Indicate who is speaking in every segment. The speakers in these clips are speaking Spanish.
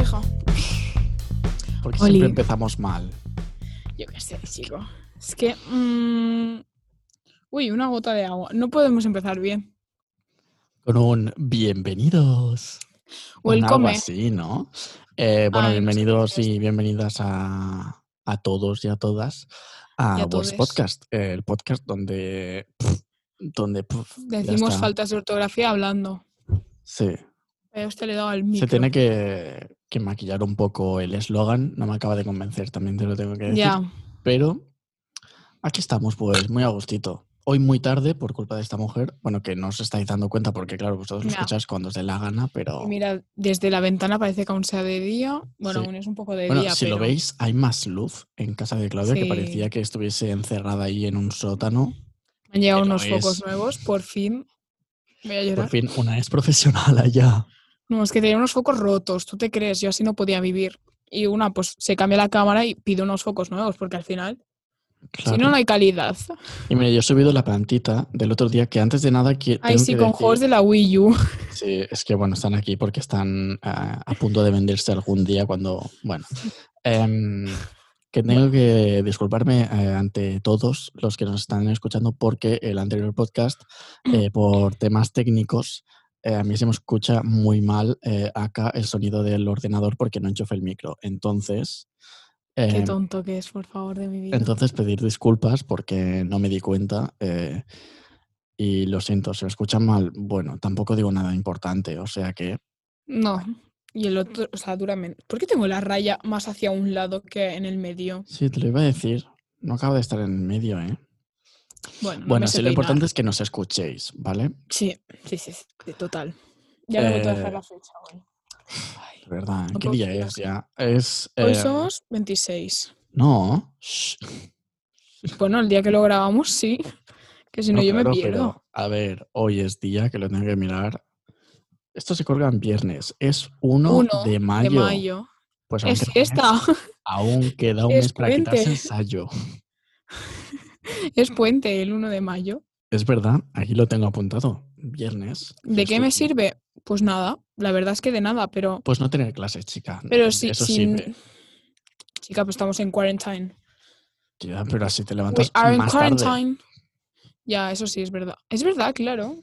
Speaker 1: hijo.
Speaker 2: Eh, Porque
Speaker 1: Oli.
Speaker 2: siempre empezamos mal.
Speaker 1: Yo qué sé, chico. Es que. mm, Uy, una gota de agua. No podemos empezar bien.
Speaker 2: Con un bienvenidos. Con algo
Speaker 1: Welcome.
Speaker 2: así, ¿no? Eh, bueno,
Speaker 1: Ay,
Speaker 2: bienvenidos
Speaker 1: muchas
Speaker 2: y bienvenidas a, a todos y a todas
Speaker 1: Y
Speaker 2: a,
Speaker 1: a
Speaker 2: Vox
Speaker 1: todes.
Speaker 2: Podcast. El podcast donde. pf, donde. pf, ya
Speaker 1: Decimos
Speaker 2: está.
Speaker 1: faltas de ortografía hablando.
Speaker 2: Sí.
Speaker 1: Pero usted le he dado al
Speaker 2: Se
Speaker 1: micro.
Speaker 2: tiene que, que maquillar un poco el eslogan. No me acaba de convencer, también te lo tengo que decir.
Speaker 1: Ya.
Speaker 2: Pero aquí estamos, pues, muy a gustito. Hoy muy tarde, por culpa de esta mujer, bueno, que no os estáis dando cuenta porque, claro, vosotros lo
Speaker 1: Ya.
Speaker 2: escucháis cuando os dé la gana, pero...
Speaker 1: Y Mira, desde la ventana parece que aún sea de día. Bueno,
Speaker 2: Sí.
Speaker 1: aún es un poco de
Speaker 2: bueno,
Speaker 1: día.
Speaker 2: si lo
Speaker 1: pero-
Speaker 2: veis, hay más luz en casa de Claudia que
Speaker 1: Sí.
Speaker 2: parecía que estuviese encerrada ahí en un sótano.
Speaker 1: Me han llegado
Speaker 2: pero
Speaker 1: unos focos
Speaker 2: es-
Speaker 1: nuevos, por fin. Voy a
Speaker 2: Por
Speaker 1: llorar.
Speaker 2: fin, una es profesional allá.
Speaker 1: No, es que tenía unos focos rotos, ¿tú te crees? Yo así no podía vivir. Y una, pues se cambia la cámara y pide unos focos nuevos, porque al final,
Speaker 2: Claro.
Speaker 1: si no, no hay calidad.
Speaker 2: Y mira, yo he subido la plantita del otro día que antes de nada... que
Speaker 1: Ahí
Speaker 2: tengo
Speaker 1: sí,
Speaker 2: que
Speaker 1: con
Speaker 2: decir-
Speaker 1: juegos de la Wii U.
Speaker 2: Sí, es que bueno, están aquí porque están ah, a punto de venderse algún día cuando. Bueno. Em, que tengo que disculparme eh, ante todos los que nos están escuchando porque el anterior podcast, eh, por temas técnicos, eh, a mí se me escucha muy mal eh, acá el sonido del ordenador porque no enchufe el micro. Entonces.
Speaker 1: Qué
Speaker 2: em,
Speaker 1: tonto que es, por favor, de mi vida.
Speaker 2: entonces pedir disculpas porque no me di cuenta eh, y lo siento, se me escucha mal. Bueno, tampoco digo nada importante, o sea que
Speaker 1: No. Y el otro, o sea, dura menos. ¿Por qué tengo la raya más hacia un lado que en el medio?
Speaker 2: sí, te lo iba a decir. No acaba de estar en el medio, ¿eh?
Speaker 1: Bueno, no
Speaker 2: bueno,
Speaker 1: me sé
Speaker 2: sí, lo importante
Speaker 1: peinar.
Speaker 2: es que nos escuchéis, ¿vale?
Speaker 1: Sí, sí, sí, sí, total. Ya no me voy a dejar
Speaker 2: Eh,
Speaker 1: la fecha hoy. Ay.
Speaker 2: De verdad,
Speaker 1: No
Speaker 2: ¿qué
Speaker 1: puedo
Speaker 2: día
Speaker 1: creer.
Speaker 2: es ya? Es.
Speaker 1: Hoy
Speaker 2: eh,
Speaker 1: somos 26.
Speaker 2: No. shh,
Speaker 1: Bueno, el día que lo grabamos, sí. Que si no, yo
Speaker 2: claro,
Speaker 1: me
Speaker 2: pero,
Speaker 1: pierdo.
Speaker 2: a ver, hoy es día que lo tengo que mirar. Esto se colga en viernes. Es 1,
Speaker 1: Uno
Speaker 2: de mayo.
Speaker 1: de mayo.
Speaker 2: Pues aún
Speaker 1: Es
Speaker 2: queda un mes,
Speaker 1: fiesta.
Speaker 2: Aún queda un
Speaker 1: Es
Speaker 2: mes para quitarse
Speaker 1: puente.
Speaker 2: ensayo.
Speaker 1: Es puente el 1 de mayo.
Speaker 2: Es verdad, aquí lo tengo apuntado. Viernes.
Speaker 1: ¿De qué me
Speaker 2: estudio.
Speaker 1: sirve? Pues nada, la verdad es que de nada, pero,
Speaker 2: Pues no tener clases, chica.
Speaker 1: pero sí,
Speaker 2: Eso
Speaker 1: sí.
Speaker 2: sirve.
Speaker 1: Chica, pues estamos en quarantine.
Speaker 2: tía, pero así te
Speaker 1: We
Speaker 2: levantas
Speaker 1: are in
Speaker 2: más tarde.
Speaker 1: quarantine. Ya, eso sí, es verdad. Es verdad, claro.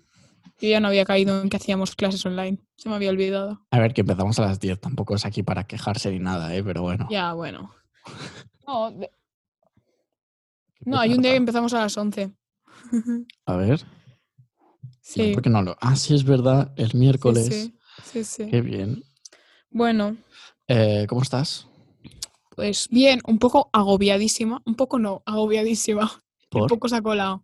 Speaker 1: Yo ya no había caído en que hacíamos clases online. Se me había olvidado.
Speaker 2: A ver, que empezamos a las 10. Tampoco es aquí para quejarse ni nada, ¿eh? Pero bueno.
Speaker 1: Ya, bueno. No, de-
Speaker 2: qué
Speaker 1: no, hay un día
Speaker 2: petarda.
Speaker 1: que empezamos a las 11.
Speaker 2: A ver.
Speaker 1: Sí.
Speaker 2: ¿Por qué no lo...? Ah, sí, es verdad. El miércoles.
Speaker 1: Sí, sí, sí, sí.
Speaker 2: Qué bien.
Speaker 1: Bueno,
Speaker 2: Eh, ¿Cómo estás?
Speaker 1: pues bien, un poco agobiadísima, un poco no, agobiadísima, un
Speaker 2: ¿Por?
Speaker 1: poco se ha colado.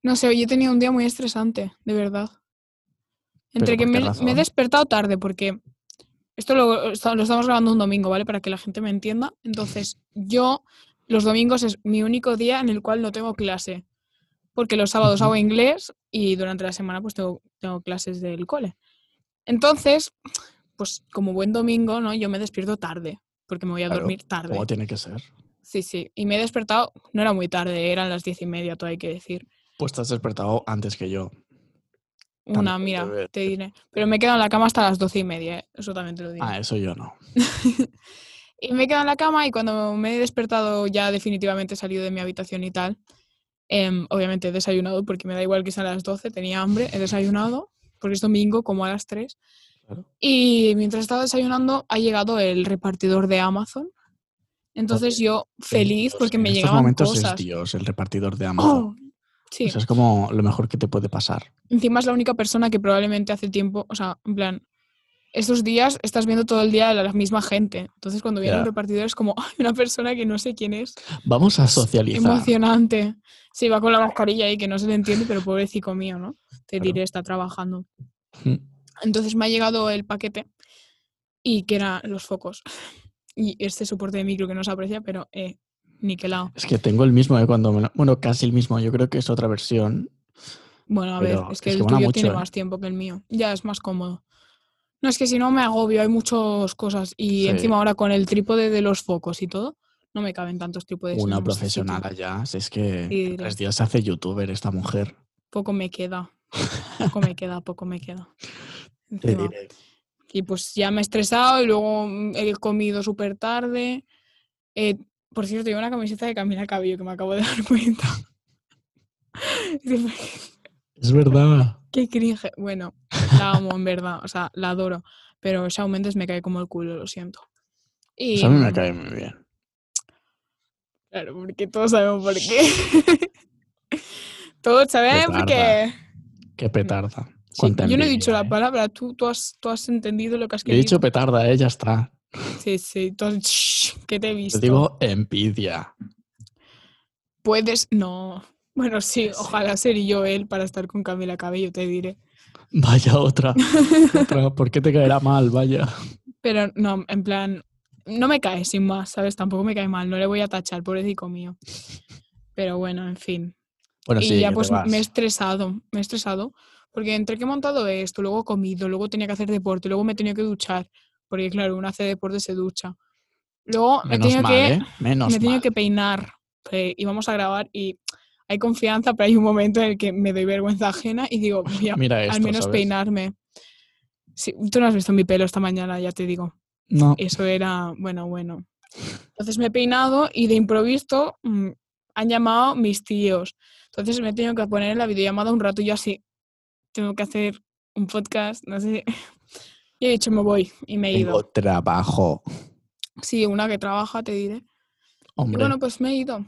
Speaker 1: No sé, hoy he tenido un día muy estresante, de verdad. Entre
Speaker 2: ¿Pero por
Speaker 1: que
Speaker 2: qué
Speaker 1: me, me he
Speaker 2: razón?
Speaker 1: despertado tarde porque esto lo, esta- lo estamos grabando un domingo, ¿vale? Para que la gente me entienda. Entonces, yo los domingos es mi único día en el cual no tengo clase, porque los sábados
Speaker 2: Ujú.
Speaker 1: hago inglés y durante la semana pues tengo, tengo clases del cole. Entonces, pues como buen domingo, ¿no? Yo me despierto tarde, porque me voy a
Speaker 2: Claro,
Speaker 1: dormir tarde.
Speaker 2: ¿Cómo tiene que ser?
Speaker 1: Sí, sí. Y me he despertado, no era muy tarde, eran las diez y media, todo hay que decir.
Speaker 2: Pues te has despertado antes que yo.
Speaker 1: Una,
Speaker 2: También te
Speaker 1: mira,
Speaker 2: veo.
Speaker 1: te diré. Pero me he quedado en la cama hasta las doce y media, ¿eh? eso también te lo digo.
Speaker 2: Ah, eso yo no.
Speaker 1: Y me he quedado en la cama y cuando me he despertado ya definitivamente he salido de mi habitación y tal. em, obviamente he desayunado porque me da igual que sean las 12, tenía hambre, he desayunado porque es domingo como a las 3.
Speaker 2: Claro.
Speaker 1: Y mientras estaba desayunando ha llegado el repartidor de Amazon. Entonces yo feliz
Speaker 2: Dios,
Speaker 1: porque
Speaker 2: en
Speaker 1: me
Speaker 2: estos
Speaker 1: llegaban
Speaker 2: momentos
Speaker 1: cosas.
Speaker 2: es Dios, el repartidor de Amazon.
Speaker 1: ¡Oh! Sí.
Speaker 2: O sea, es como lo mejor que te puede pasar.
Speaker 1: Encima es la única persona que probablemente hace tiempo, o sea, en plan, estos días estás viendo todo el día a la misma gente. Entonces cuando viene
Speaker 2: Ya.
Speaker 1: un repartidor es como, ¡ay, una persona que no sé quién es!
Speaker 2: Vamos a
Speaker 1: Pues,
Speaker 2: socializar.
Speaker 1: Emocionante. Sí, va con la mascarilla ahí que no se le entiende, pero pobrecito mío, ¿no? Te
Speaker 2: Claro.
Speaker 1: diré, está trabajando.
Speaker 2: Mm,
Speaker 1: Entonces me ha llegado el paquete y que eran los focos. Y este soporte de micro que no se aprecia, pero eh, niquelado.
Speaker 2: Es que tengo el mismo, ¿eh? Cuando me lo- Bueno, casi el mismo. Yo creo que es otra versión.
Speaker 1: Bueno, a
Speaker 2: Pero
Speaker 1: ver, es que
Speaker 2: es
Speaker 1: el
Speaker 2: que mola
Speaker 1: tuyo
Speaker 2: mucho,
Speaker 1: tiene
Speaker 2: ¿eh?
Speaker 1: más tiempo que el mío. Ya es más cómodo. No, es que si no me agobio, hay muchas cosas. Y
Speaker 2: Sí.
Speaker 1: encima ahora con el trípode de los focos y todo, no me caben tantos trípodes. en
Speaker 2: Una
Speaker 1: un sitio.
Speaker 2: profesional allá. Si es que
Speaker 1: Sí,
Speaker 2: en
Speaker 1: diré.
Speaker 2: tres días se hace youtuber esta mujer.
Speaker 1: Poco me queda. Poco me queda, poco me queda.
Speaker 2: Te
Speaker 1: Encima.
Speaker 2: diré.
Speaker 1: Y pues ya me he estresado y luego mm, he comido súper tarde. Eh, por cierto, llevo una camiseta de Camila Cabello que me acabo de dar cuenta.
Speaker 2: Es verdad.
Speaker 1: Qué cringe. Bueno, la amo, en verdad. O sea, la adoro. Pero Shawn Mendes me cae como el culo, lo siento. Y, mm,
Speaker 2: Pues a mí me cae muy bien.
Speaker 1: Claro, porque todos sabemos por qué. todos sabemos por qué.
Speaker 2: Qué petarda.
Speaker 1: Sí,
Speaker 2: Cuánta
Speaker 1: yo no he
Speaker 2: envidia,
Speaker 1: dicho la
Speaker 2: ¿eh?
Speaker 1: palabra, tú, tú, has, tú has entendido lo que has
Speaker 2: Yo he
Speaker 1: querido.
Speaker 2: dicho petarda, eh, ya está.
Speaker 1: Sí, sí, tú has dicho, "Shh, que te he visto.
Speaker 2: Yo Pues digo envidia.
Speaker 1: Puedes, no. Bueno, sí,
Speaker 2: Sí.
Speaker 1: ojalá sería yo él para estar con Camila Cabello, te diré.
Speaker 2: Vaya otra. otra. ¿Por qué te caerá mal? Vaya.
Speaker 1: Pero no, en plan, no me cae sin más, ¿sabes? Tampoco me cae mal, no le voy a tachar, pobrecito mío. Pero bueno, en fin.
Speaker 2: Bueno,
Speaker 1: y
Speaker 2: sí,
Speaker 1: ya
Speaker 2: que te
Speaker 1: pues
Speaker 2: vas.
Speaker 1: me he estresado, me he estresado, porque entre que he montado esto, luego he comido, luego tenía que hacer deporte, luego me he tenido que duchar, porque claro, uno hace deporte se ducha. Luego me he
Speaker 2: Menos
Speaker 1: tenido
Speaker 2: mal,
Speaker 1: que,
Speaker 2: ¿eh? Menos
Speaker 1: me he tenido
Speaker 2: mal.
Speaker 1: que peinar, eh, íbamos a grabar y hay confianza, pero hay un momento en el que me doy vergüenza ajena y digo, voy a
Speaker 2: Mira esto,
Speaker 1: al menos
Speaker 2: ¿sabes?
Speaker 1: peinarme. Sí, tú no has visto mi pelo esta mañana, ya te digo.
Speaker 2: No.
Speaker 1: Eso era, bueno, bueno. Entonces me he peinado y de improviso mm, han llamado mis tíos. Entonces me he tenido que poner en la videollamada un rato y yo así, tengo que hacer un podcast, no sé. Y he dicho, me voy y me he
Speaker 2: Tengo
Speaker 1: ido.
Speaker 2: trabajo,
Speaker 1: Sí, una que trabaja, te diré. Y
Speaker 2: hombre.
Speaker 1: bueno, pues me he ido.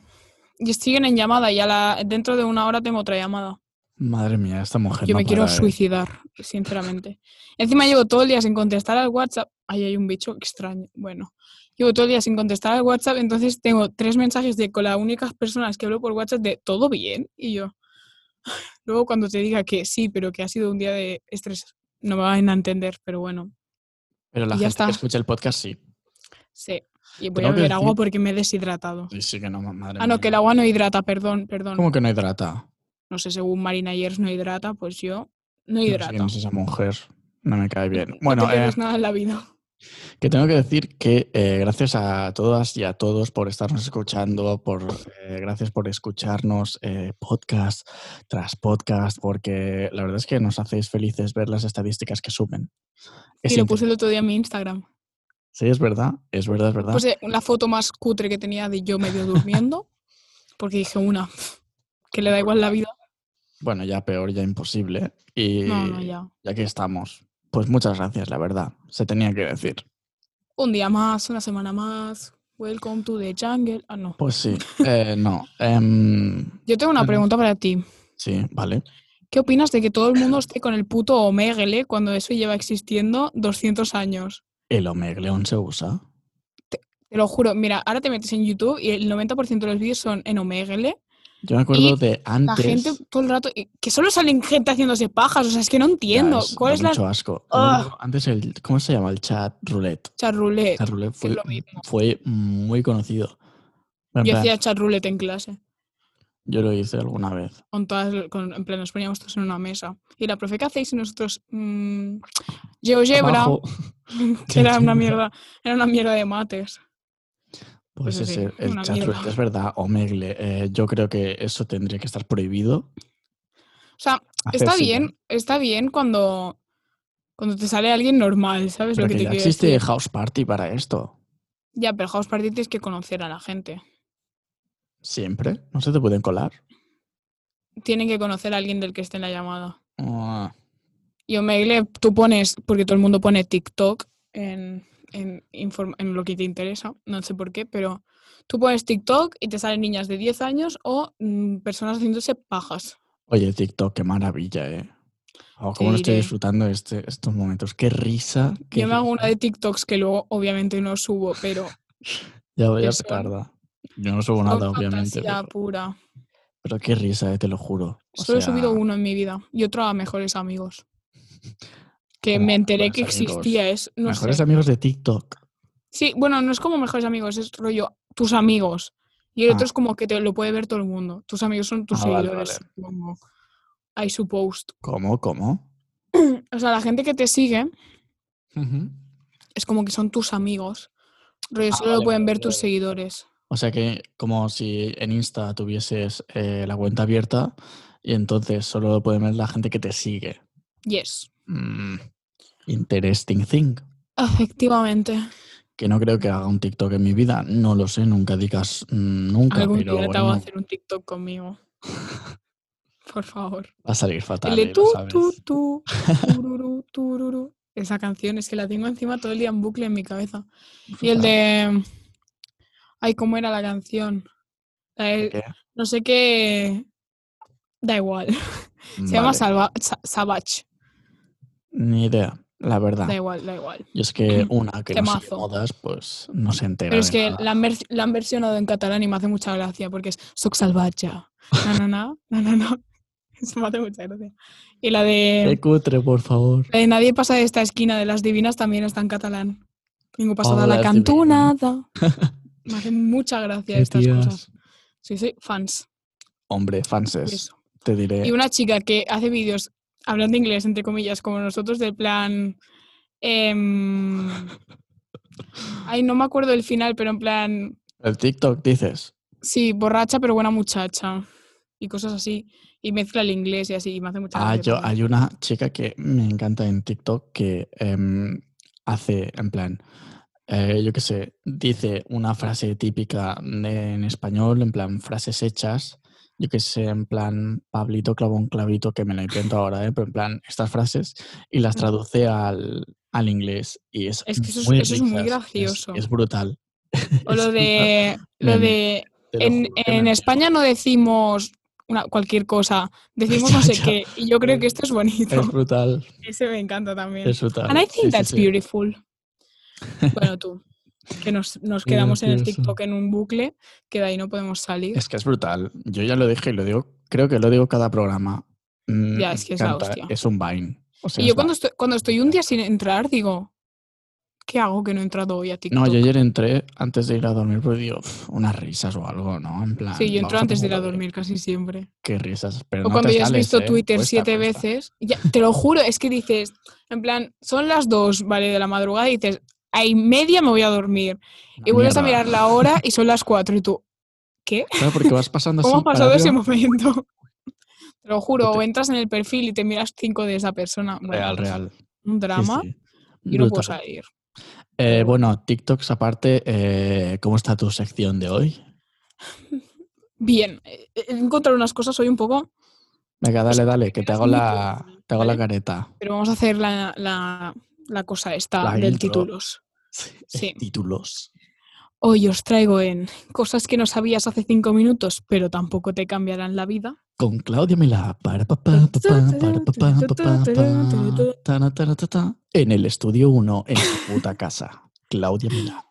Speaker 1: Y siguen en llamada y a la, dentro de una hora tengo otra llamada.
Speaker 2: Madre mía, esta mujer
Speaker 1: Yo
Speaker 2: no
Speaker 1: me quiero
Speaker 2: para, ¿eh?
Speaker 1: suicidar, sinceramente. Encima llevo todo el día sin contestar al WhatsApp. Ahí hay un bicho extraño. Bueno, llevo todo el día sin contestar al WhatsApp, entonces tengo tres mensajes de con las únicas personas que hablo por WhatsApp de todo bien. Y yo, luego cuando te diga que sí, pero que ha sido un día de estrés, no me van a entender, pero bueno,
Speaker 2: Pero la
Speaker 1: Ya
Speaker 2: gente
Speaker 1: está.
Speaker 2: que escucha el podcast sí.
Speaker 1: sí. Y voy a
Speaker 2: Tengo que
Speaker 1: beber agua
Speaker 2: decir-
Speaker 1: porque me he deshidratado.
Speaker 2: Sí, sí que no, madre
Speaker 1: Ah, no,
Speaker 2: mía.
Speaker 1: que el agua no hidrata, perdón, perdón.
Speaker 2: ¿Cómo que no hidrata?
Speaker 1: No sé, según Marina Yers no hidrata, pues yo no
Speaker 2: No sé
Speaker 1: hidrato.
Speaker 2: quién es esa mujer. No me cae bien.
Speaker 1: no
Speaker 2: Bueno,
Speaker 1: te pierdes
Speaker 2: eh,
Speaker 1: nada en la vida.
Speaker 2: que tengo que decir que eh, gracias a todas y a todos por estarnos escuchando, por eh, gracias por escucharnos eh, podcast tras podcast, porque la verdad es que nos hacéis felices ver las estadísticas que suben. Es
Speaker 1: Y lo
Speaker 2: increíble.
Speaker 1: puse el otro día en mi Instagram.
Speaker 2: Sí, es verdad, es verdad, es verdad.
Speaker 1: Puse Pues, eh, la foto más cutre que tenía de yo medio durmiendo, porque dije una, que le da igual la vida.
Speaker 2: Bueno, ya peor, ya imposible. Y
Speaker 1: No, no, ya.
Speaker 2: ya que estamos, pues muchas gracias, la verdad. Se tenía que decir.
Speaker 1: Un día más, una semana más. Welcome to the jungle. Ah, no.
Speaker 2: Pues sí, eh, no. em,
Speaker 1: Yo tengo una
Speaker 2: Bueno.
Speaker 1: pregunta para ti.
Speaker 2: sí, vale.
Speaker 1: ¿Qué opinas de que todo el mundo esté con el puto omegele cuando eso lleva existiendo 200 años?
Speaker 2: El omegleón se usa.
Speaker 1: Te lo juro, mira, ahora te metes en YouTube y el 90% de los vídeos son en omegele.
Speaker 2: Yo me acuerdo
Speaker 1: Y
Speaker 2: de
Speaker 1: La
Speaker 2: antes.
Speaker 1: gente todo el rato, y que solo salen gente haciéndose pajas, o sea, es que no
Speaker 2: Ya,
Speaker 1: entiendo.
Speaker 2: es-
Speaker 1: ¿Cuál
Speaker 2: da
Speaker 1: es la
Speaker 2: mucho asco.
Speaker 1: Ah.
Speaker 2: Hubo- Antes el, ¿cómo se llama? El chat roulette. El
Speaker 1: charruleta?
Speaker 2: chat roulette
Speaker 1: que es
Speaker 2: fue,
Speaker 1: lo mismo.
Speaker 2: fue muy conocido. En
Speaker 1: Yo
Speaker 2: plan,
Speaker 1: hacía charruleta en clase.
Speaker 2: yo lo hice alguna vez.
Speaker 1: con todas, l- con- en plan, nos poníamos todos en una mesa. Y la profe, ¿qué hacéis? Y nosotros, mmm, GeoGebra,
Speaker 2: Abajo.
Speaker 1: que era una
Speaker 2: GeoGebra.
Speaker 1: mierda, era una mierda de mates.
Speaker 2: Pues
Speaker 1: Eso sí,
Speaker 2: ese, el
Speaker 1: una
Speaker 2: chat
Speaker 1: mierda.
Speaker 2: roulette es verdad, omegle. eh, yo creo que eso tendría que estar prohibido.
Speaker 1: O sea, está
Speaker 2: Hacerse ya.
Speaker 1: bien, está bien cuando, cuando te sale alguien normal, ¿sabes
Speaker 2: Pero
Speaker 1: lo que,
Speaker 2: que
Speaker 1: te
Speaker 2: ya
Speaker 1: quiero
Speaker 2: existe
Speaker 1: decir?
Speaker 2: House Party para esto.
Speaker 1: Ya, pero House Party tienes que conocer a la gente.
Speaker 2: Siempre. No se te pueden colar.
Speaker 1: Tienen que conocer a alguien del que esté en la llamada.
Speaker 2: Ah,
Speaker 1: Y Omegle, tú pones, porque todo el mundo pone TikTok en, en, inform- en lo que te interesa, no sé por qué, pero tú pones TikTok y te salen niñas de 10 años o mm, personas haciéndose pajas.
Speaker 2: Oye, TikTok, qué maravilla, ¿eh? Oh,
Speaker 1: Te
Speaker 2: cómo lo estoy
Speaker 1: diré.
Speaker 2: disfrutando este, estos momentos. Qué risa. qué
Speaker 1: Yo me hago
Speaker 2: risa.
Speaker 1: una de TikToks que luego obviamente no subo, pero
Speaker 2: Ya voy a
Speaker 1: son-
Speaker 2: tarda. Yo no subo
Speaker 1: son
Speaker 2: nada, obviamente.
Speaker 1: fantasía
Speaker 2: Pero,
Speaker 1: pura.
Speaker 2: pero qué risa, eh, te lo juro. O
Speaker 1: Solo he subido
Speaker 2: sea,
Speaker 1: uno en mi vida y otro a Mejores Amigos. Que
Speaker 2: ¿cómo
Speaker 1: me enteré
Speaker 2: mejores
Speaker 1: que
Speaker 2: amigos?
Speaker 1: existía, es, no sé.
Speaker 2: Mejores amigos de TikTok.
Speaker 1: Sí, bueno, no es como mejores amigos, es rollo tus amigos. Y el
Speaker 2: Ah.
Speaker 1: otro es como que te lo puede ver todo el mundo. Tus amigos son tus
Speaker 2: Ah, vale,
Speaker 1: seguidores,
Speaker 2: vale.
Speaker 1: supongo. I suppose.
Speaker 2: ¿Cómo? ¿Cómo?
Speaker 1: O sea, la gente que te sigue
Speaker 2: Ujú.
Speaker 1: es como que son tus amigos. Rollo,
Speaker 2: Ah,
Speaker 1: solo
Speaker 2: vale,
Speaker 1: lo pueden
Speaker 2: vale,
Speaker 1: ver tus
Speaker 2: vale.
Speaker 1: seguidores.
Speaker 2: O sea que como si en Insta tuvieses eh, la cuenta abierta y entonces solo lo pueden ver la gente que te sigue.
Speaker 1: Yes.
Speaker 2: Mm. Interesting thing.
Speaker 1: Efectivamente.
Speaker 2: Que no creo que haga un TikTok en mi vida. No lo sé, nunca digas mm, nunca,
Speaker 1: Algún
Speaker 2: pero
Speaker 1: día te
Speaker 2: bueno,
Speaker 1: voy a hacer un TikTok conmigo. Por favor.
Speaker 2: va a salir fatal.
Speaker 1: El de
Speaker 2: eh, lo
Speaker 1: tú,
Speaker 2: sabes.
Speaker 1: tú, tú, tururú, tururú. Esa canción es que la tengo encima todo el día en bucle en mi cabeza. Y el de. Ay, ¿cómo era la canción? La de-
Speaker 2: ¿Qué?
Speaker 1: no sé qué. Da igual. Se llama
Speaker 2: Vale,
Speaker 1: Salva- Sa- Savage.
Speaker 2: Ni idea, la verdad.
Speaker 1: Da igual, da igual.
Speaker 2: Yo es que una que no sé
Speaker 1: Temazo.
Speaker 2: modas, pues no se entera.
Speaker 1: Pero es
Speaker 2: de
Speaker 1: que
Speaker 2: nada.
Speaker 1: la han, vers- la han versionado en catalán y me hace mucha gracia porque es Soc Salvatge. No, no, no, no, no, no. Eso me hace mucha gracia. Y la de,
Speaker 2: Qué cutre, por favor.
Speaker 1: la de Nadie pasa de esta esquina de las divinas también está en catalán. Ningún pasado
Speaker 2: Oh,
Speaker 1: a la
Speaker 2: las
Speaker 1: cantunada. Me hace mucha gracia
Speaker 2: Qué
Speaker 1: estas
Speaker 2: tías.
Speaker 1: cosas. Sí, soy fans.
Speaker 2: Hombre,
Speaker 1: de
Speaker 2: fanses,
Speaker 1: eso.
Speaker 2: te diré.
Speaker 1: Y una chica que hace vídeos hablando inglés, entre comillas, como nosotros, del plan. em, ay, no me acuerdo el final, pero en plan.
Speaker 2: El TikTok dices.
Speaker 1: Sí, borracha pero buena muchacha. Y cosas así. Y mezcla el inglés y así. Y me hace mucha
Speaker 2: Ah,
Speaker 1: gracia
Speaker 2: yo,
Speaker 1: también.
Speaker 2: hay una chica que me encanta en TikTok que em, hace, en plan, eh, yo qué sé, dice una frase típica de- en español, en plan, frases hechas. Yo qué sé, en plan, Pablito clavó un clavito, que me lo invento ahora, ¿eh? pero en plan, estas frases, y las
Speaker 1: Ujú.
Speaker 2: traduce al, al inglés. Y es,
Speaker 1: Es que eso es-
Speaker 2: muy
Speaker 1: eso es muy
Speaker 2: risas,
Speaker 1: gracioso.
Speaker 2: Es, brutal.
Speaker 1: O lo
Speaker 2: Es
Speaker 1: de. Lo
Speaker 2: Me-
Speaker 1: de
Speaker 2: te lo
Speaker 1: en,
Speaker 2: juro que me
Speaker 1: en
Speaker 2: río.
Speaker 1: España no decimos una, cualquier cosa. Decimos no sé
Speaker 2: Ya,
Speaker 1: qué. Y yo creo que
Speaker 2: es-
Speaker 1: esto es bonito.
Speaker 2: Es brutal,
Speaker 1: Ese me encanta también.
Speaker 2: es brutal.
Speaker 1: And I
Speaker 2: Sí, sí,
Speaker 1: think that's
Speaker 2: sí.
Speaker 1: beautiful. Bueno, tú. Que nos, nos
Speaker 2: Qué
Speaker 1: quedamos en el
Speaker 2: gracioso.
Speaker 1: TikTok en un bucle. Que de ahí no podemos salir.
Speaker 2: Es que es brutal. Yo ya lo dije y lo digo, creo que lo digo cada programa. Mm,
Speaker 1: Ya,
Speaker 2: me
Speaker 1: es que es la
Speaker 2: encanta,
Speaker 1: hostia.
Speaker 2: Es un Vine. O sea,
Speaker 1: y
Speaker 2: es
Speaker 1: yo cuando
Speaker 2: Vine.
Speaker 1: estoy, cuando estoy un día sin entrar, digo. ¿Qué hago que no he entrado hoy a TikTok?
Speaker 2: No, yo ayer entré antes de ir a dormir porque digo, "Pf, unas risas o algo, ¿no? En plan.
Speaker 1: Sí, yo
Speaker 2: vamos
Speaker 1: entro antes de ir a
Speaker 2: ponerlo
Speaker 1: dormir casi siempre.
Speaker 2: Qué risas. Pero
Speaker 1: O
Speaker 2: no
Speaker 1: cuando
Speaker 2: te
Speaker 1: ya has
Speaker 2: sales,
Speaker 1: visto
Speaker 2: ¿eh?
Speaker 1: Twitter
Speaker 2: Cuesta,
Speaker 1: siete
Speaker 2: cuesta.
Speaker 1: veces, ya, te lo juro, es que dices, en plan, son las dos, ¿vale? De la madrugada y dices, a y media me voy a dormir.
Speaker 2: Una
Speaker 1: Y vuelves a
Speaker 2: mierda.
Speaker 1: mirar la hora y son las cuatro y tú, ¿qué?
Speaker 2: Claro, porque vas pasando
Speaker 1: ¿Cómo
Speaker 2: así
Speaker 1: ha
Speaker 2: para
Speaker 1: pasado ese
Speaker 2: arriba.
Speaker 1: momento? Te lo juro,
Speaker 2: Yo te-
Speaker 1: o entras en el perfil y te miras cinco de esa persona. Bueno,
Speaker 2: Real,
Speaker 1: pues,
Speaker 2: real. Sí,
Speaker 1: Un drama
Speaker 2: sí.
Speaker 1: y no puedo
Speaker 2: Brutal.
Speaker 1: salir.
Speaker 2: Eh,
Speaker 1: Pero
Speaker 2: bueno, TikToks aparte, eh, ¿cómo está tu sección de hoy?
Speaker 1: Bien, eh, eh, he encontrado unas cosas hoy un poco,
Speaker 2: Venga, dale, dale, que te
Speaker 1: es
Speaker 2: hago
Speaker 1: muy
Speaker 2: la,
Speaker 1: buena,
Speaker 2: te hago la
Speaker 1: Pues ¿vale?
Speaker 2: careta.
Speaker 1: pero vamos a hacer la, la- la cosa esta
Speaker 2: La
Speaker 1: del
Speaker 2: intro.
Speaker 1: títulos. Sí.
Speaker 2: Títulos.
Speaker 1: Hoy os traigo en cosas que no sabías hace cinco minutos, pero tampoco te cambiarán la vida.
Speaker 2: Con Claudia Milá. Para, pa, pa, pa, pa, para, pa, pa, pa, pa, pa. Tana, tana, ta, ta. En el estudio 1, en su puta casa. Claudia Milá.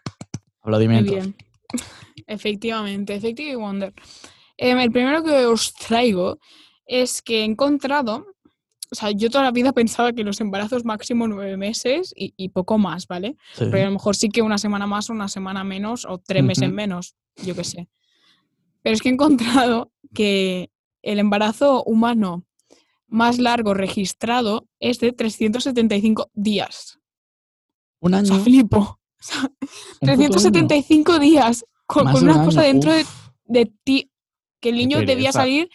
Speaker 1: Muy
Speaker 2: Aplaudimientos.
Speaker 1: bien. Efectivamente, Effective Wonder. Em, el primero que os traigo es que he encontrado, o sea, yo toda la vida pensaba que los embarazos máximo nueve meses y, y poco más, ¿vale?
Speaker 2: Sí.
Speaker 1: Pero a lo mejor sí que una semana más, una semana menos o tres meses
Speaker 2: Ujú.
Speaker 1: menos, yo qué sé. Pero es que he encontrado que el embarazo humano más largo registrado es de 375 días.
Speaker 2: Un
Speaker 1: O
Speaker 2: año.
Speaker 1: sea,
Speaker 2: un
Speaker 1: flipo. O sea,
Speaker 2: puto año.
Speaker 1: 375 días con,
Speaker 2: Más
Speaker 1: con
Speaker 2: de un
Speaker 1: una cosa
Speaker 2: año.
Speaker 1: dentro de,
Speaker 2: Uf,
Speaker 1: de ti que el
Speaker 2: Qué
Speaker 1: niño debía
Speaker 2: pereza.
Speaker 1: salir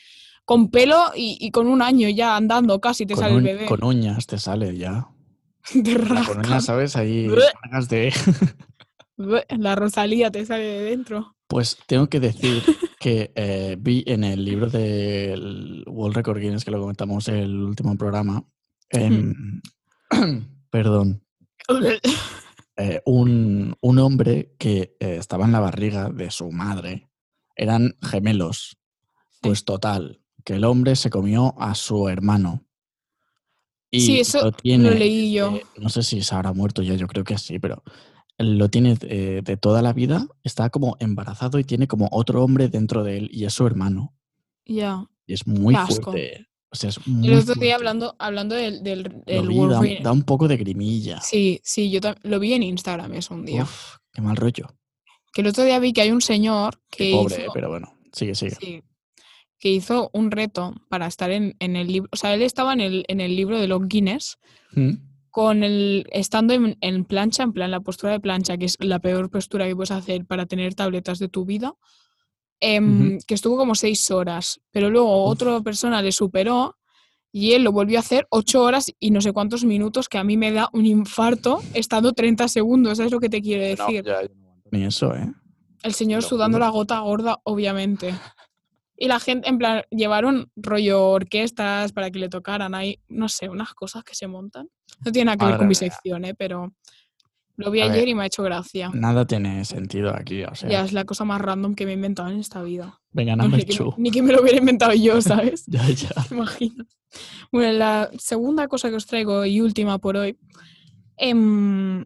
Speaker 1: con pelo y, y con un año ya andando casi te
Speaker 2: Con,
Speaker 1: sale
Speaker 2: un-
Speaker 1: el bebé.
Speaker 2: con uñas te sale ya.
Speaker 1: Te
Speaker 2: La con uñas,
Speaker 1: rascan.
Speaker 2: ¿sabes? Ahí
Speaker 1: Bleh.
Speaker 2: cargas de...
Speaker 1: Bue- La Rosalía te sale de dentro.
Speaker 2: Pues tengo que decir que eh, vi en el libro del World Record Guinness, que lo comentamos en el último programa, em, perdón, eh, un, un hombre que eh, estaba en la barriga de su madre. Eran gemelos. Pues total, que el hombre se comió a su hermano. Y
Speaker 1: Sí, eso
Speaker 2: lo, tiene
Speaker 1: leí yo.
Speaker 2: desde- no sé si se habrá muerto ya, yo creo que sí, pero lo tiene de, de toda la vida. Está como embarazado y tiene como otro hombre dentro de él y es su hermano.
Speaker 1: Ya.
Speaker 2: Y es muy
Speaker 1: Qué asco.
Speaker 2: fuerte. eh. O sea, es
Speaker 1: El
Speaker 2: muy
Speaker 1: otro día
Speaker 2: fuerte.
Speaker 1: hablando, hablando del, del,
Speaker 2: Lo
Speaker 1: del
Speaker 2: vi, da,
Speaker 1: Wolverine.
Speaker 2: da un poco de grimilla.
Speaker 1: Sí, sí, yo tam- lo vi en Instagram eso un día.
Speaker 2: Uf, qué mal rollo.
Speaker 1: Que el otro día vi que hay un señor
Speaker 2: Qué
Speaker 1: que
Speaker 2: pobre, eh,
Speaker 1: hizo,
Speaker 2: pero bueno, sigue, sigue.
Speaker 1: sí, que hizo un reto para estar en, en el libro. O sea, él estaba en el, en el libro de los Guinness
Speaker 2: Mm.
Speaker 1: con el estando en, en plancha, en plan la postura de plancha, que es la peor postura que puedes hacer para tener tabletas de tu vida, em, que estuvo como seis horas. Pero luego
Speaker 2: Uf.
Speaker 1: otra persona le superó Y él lo volvió a hacer ocho horas y no sé cuántos minutos, que a mí me da un infarto estando 30 segundos, ¿sabes lo que te quiero
Speaker 2: No,
Speaker 1: decir?
Speaker 2: ya, yo no aguanto ni eso, ¿eh?
Speaker 1: El señor
Speaker 2: Lo
Speaker 1: sudando
Speaker 2: juro.
Speaker 1: la gota gorda, obviamente. Y la gente, en plan, llevaron rollo orquestas para que le tocaran. Hay, no sé, unas cosas que se montan. No tiene nada que ver
Speaker 2: Madre
Speaker 1: con mi
Speaker 2: mía.
Speaker 1: sección, ¿eh? pero lo vi
Speaker 2: A
Speaker 1: ayer
Speaker 2: ver.
Speaker 1: y me ha hecho gracia.
Speaker 2: Nada tiene sentido aquí, o sea,
Speaker 1: Ya es la cosa más random que me he inventado en esta vida.
Speaker 2: vengan a
Speaker 1: No, ni,
Speaker 2: ver
Speaker 1: que,
Speaker 2: chu.
Speaker 1: ni que me lo hubiera inventado yo, ¿sabes?
Speaker 2: Ya, ya.
Speaker 1: Te imaginas. Bueno, la segunda cosa que os traigo y última por hoy em,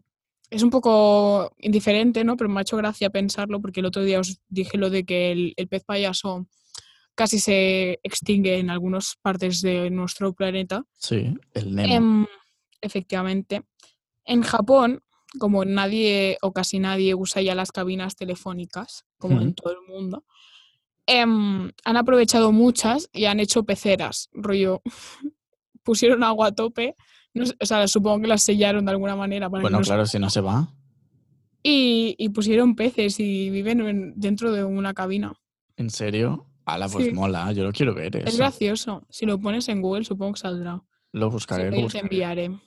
Speaker 1: es un poco indiferente, ¿no? Pero me ha hecho gracia pensarlo porque el otro día os dije lo de que el, el pez payaso casi se extingue en algunas partes de nuestro planeta.
Speaker 2: Sí, el Nemo.
Speaker 1: Em, efectivamente. En Japón, como nadie o casi nadie usa ya las cabinas telefónicas, como en
Speaker 2: Ujú.
Speaker 1: todo el mundo, em, han aprovechado muchas y han hecho peceras, rollo. pusieron agua a tope, no sé, o sea, supongo que las sellaron de alguna manera para que
Speaker 2: bueno,
Speaker 1: no se-
Speaker 2: claro, si no se va.
Speaker 1: y, y pusieron peces y viven en- dentro de una cabina.
Speaker 2: ¿En serio? Ala, pues
Speaker 1: Sí.
Speaker 2: mola, yo lo quiero ver
Speaker 1: Es
Speaker 2: eso.
Speaker 1: gracioso. Si lo pones en Google, supongo que saldrá.
Speaker 2: Lo
Speaker 1: Si
Speaker 2: buscaré,
Speaker 1: no,
Speaker 2: lo
Speaker 1: yo te
Speaker 2: buscaré.
Speaker 1: enviaré.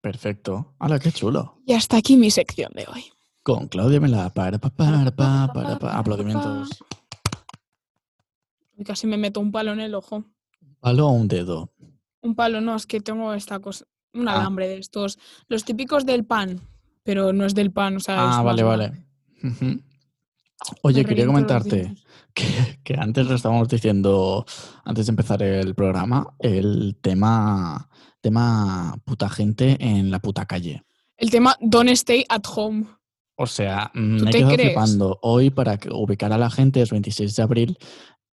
Speaker 2: Perfecto. Ala, qué chulo.
Speaker 1: Y hasta aquí mi sección de hoy.
Speaker 2: Con Claudia me la para pa para pa
Speaker 1: Para,
Speaker 2: para
Speaker 1: pa, pa, para,
Speaker 2: pa
Speaker 1: pa.
Speaker 2: aplaudimientos.
Speaker 1: Uy, Casi me meto un palo en el ojo.
Speaker 2: Palo o un dedo.
Speaker 1: Un palo, no, es que tengo esta cosa, un
Speaker 2: Ah.
Speaker 1: alambre de estos. Los típicos del pan, pero no es del pan, o sea, es
Speaker 2: Ah,
Speaker 1: más
Speaker 2: vale,
Speaker 1: grande.
Speaker 2: vale. Ujú.
Speaker 1: Me
Speaker 2: Oye, quería
Speaker 1: reviento los
Speaker 2: comentarte
Speaker 1: dientes.
Speaker 2: que, que antes lo estábamos diciendo, antes de empezar el programa, el tema, tema puta gente en la puta calle.
Speaker 1: El tema Don't Stay at Home.
Speaker 2: O sea, mm,
Speaker 1: ¿Tú
Speaker 2: me he
Speaker 1: te
Speaker 2: quedado
Speaker 1: crees?
Speaker 2: flipando. Hoy, para que- ubicar a la gente, es 26 de abril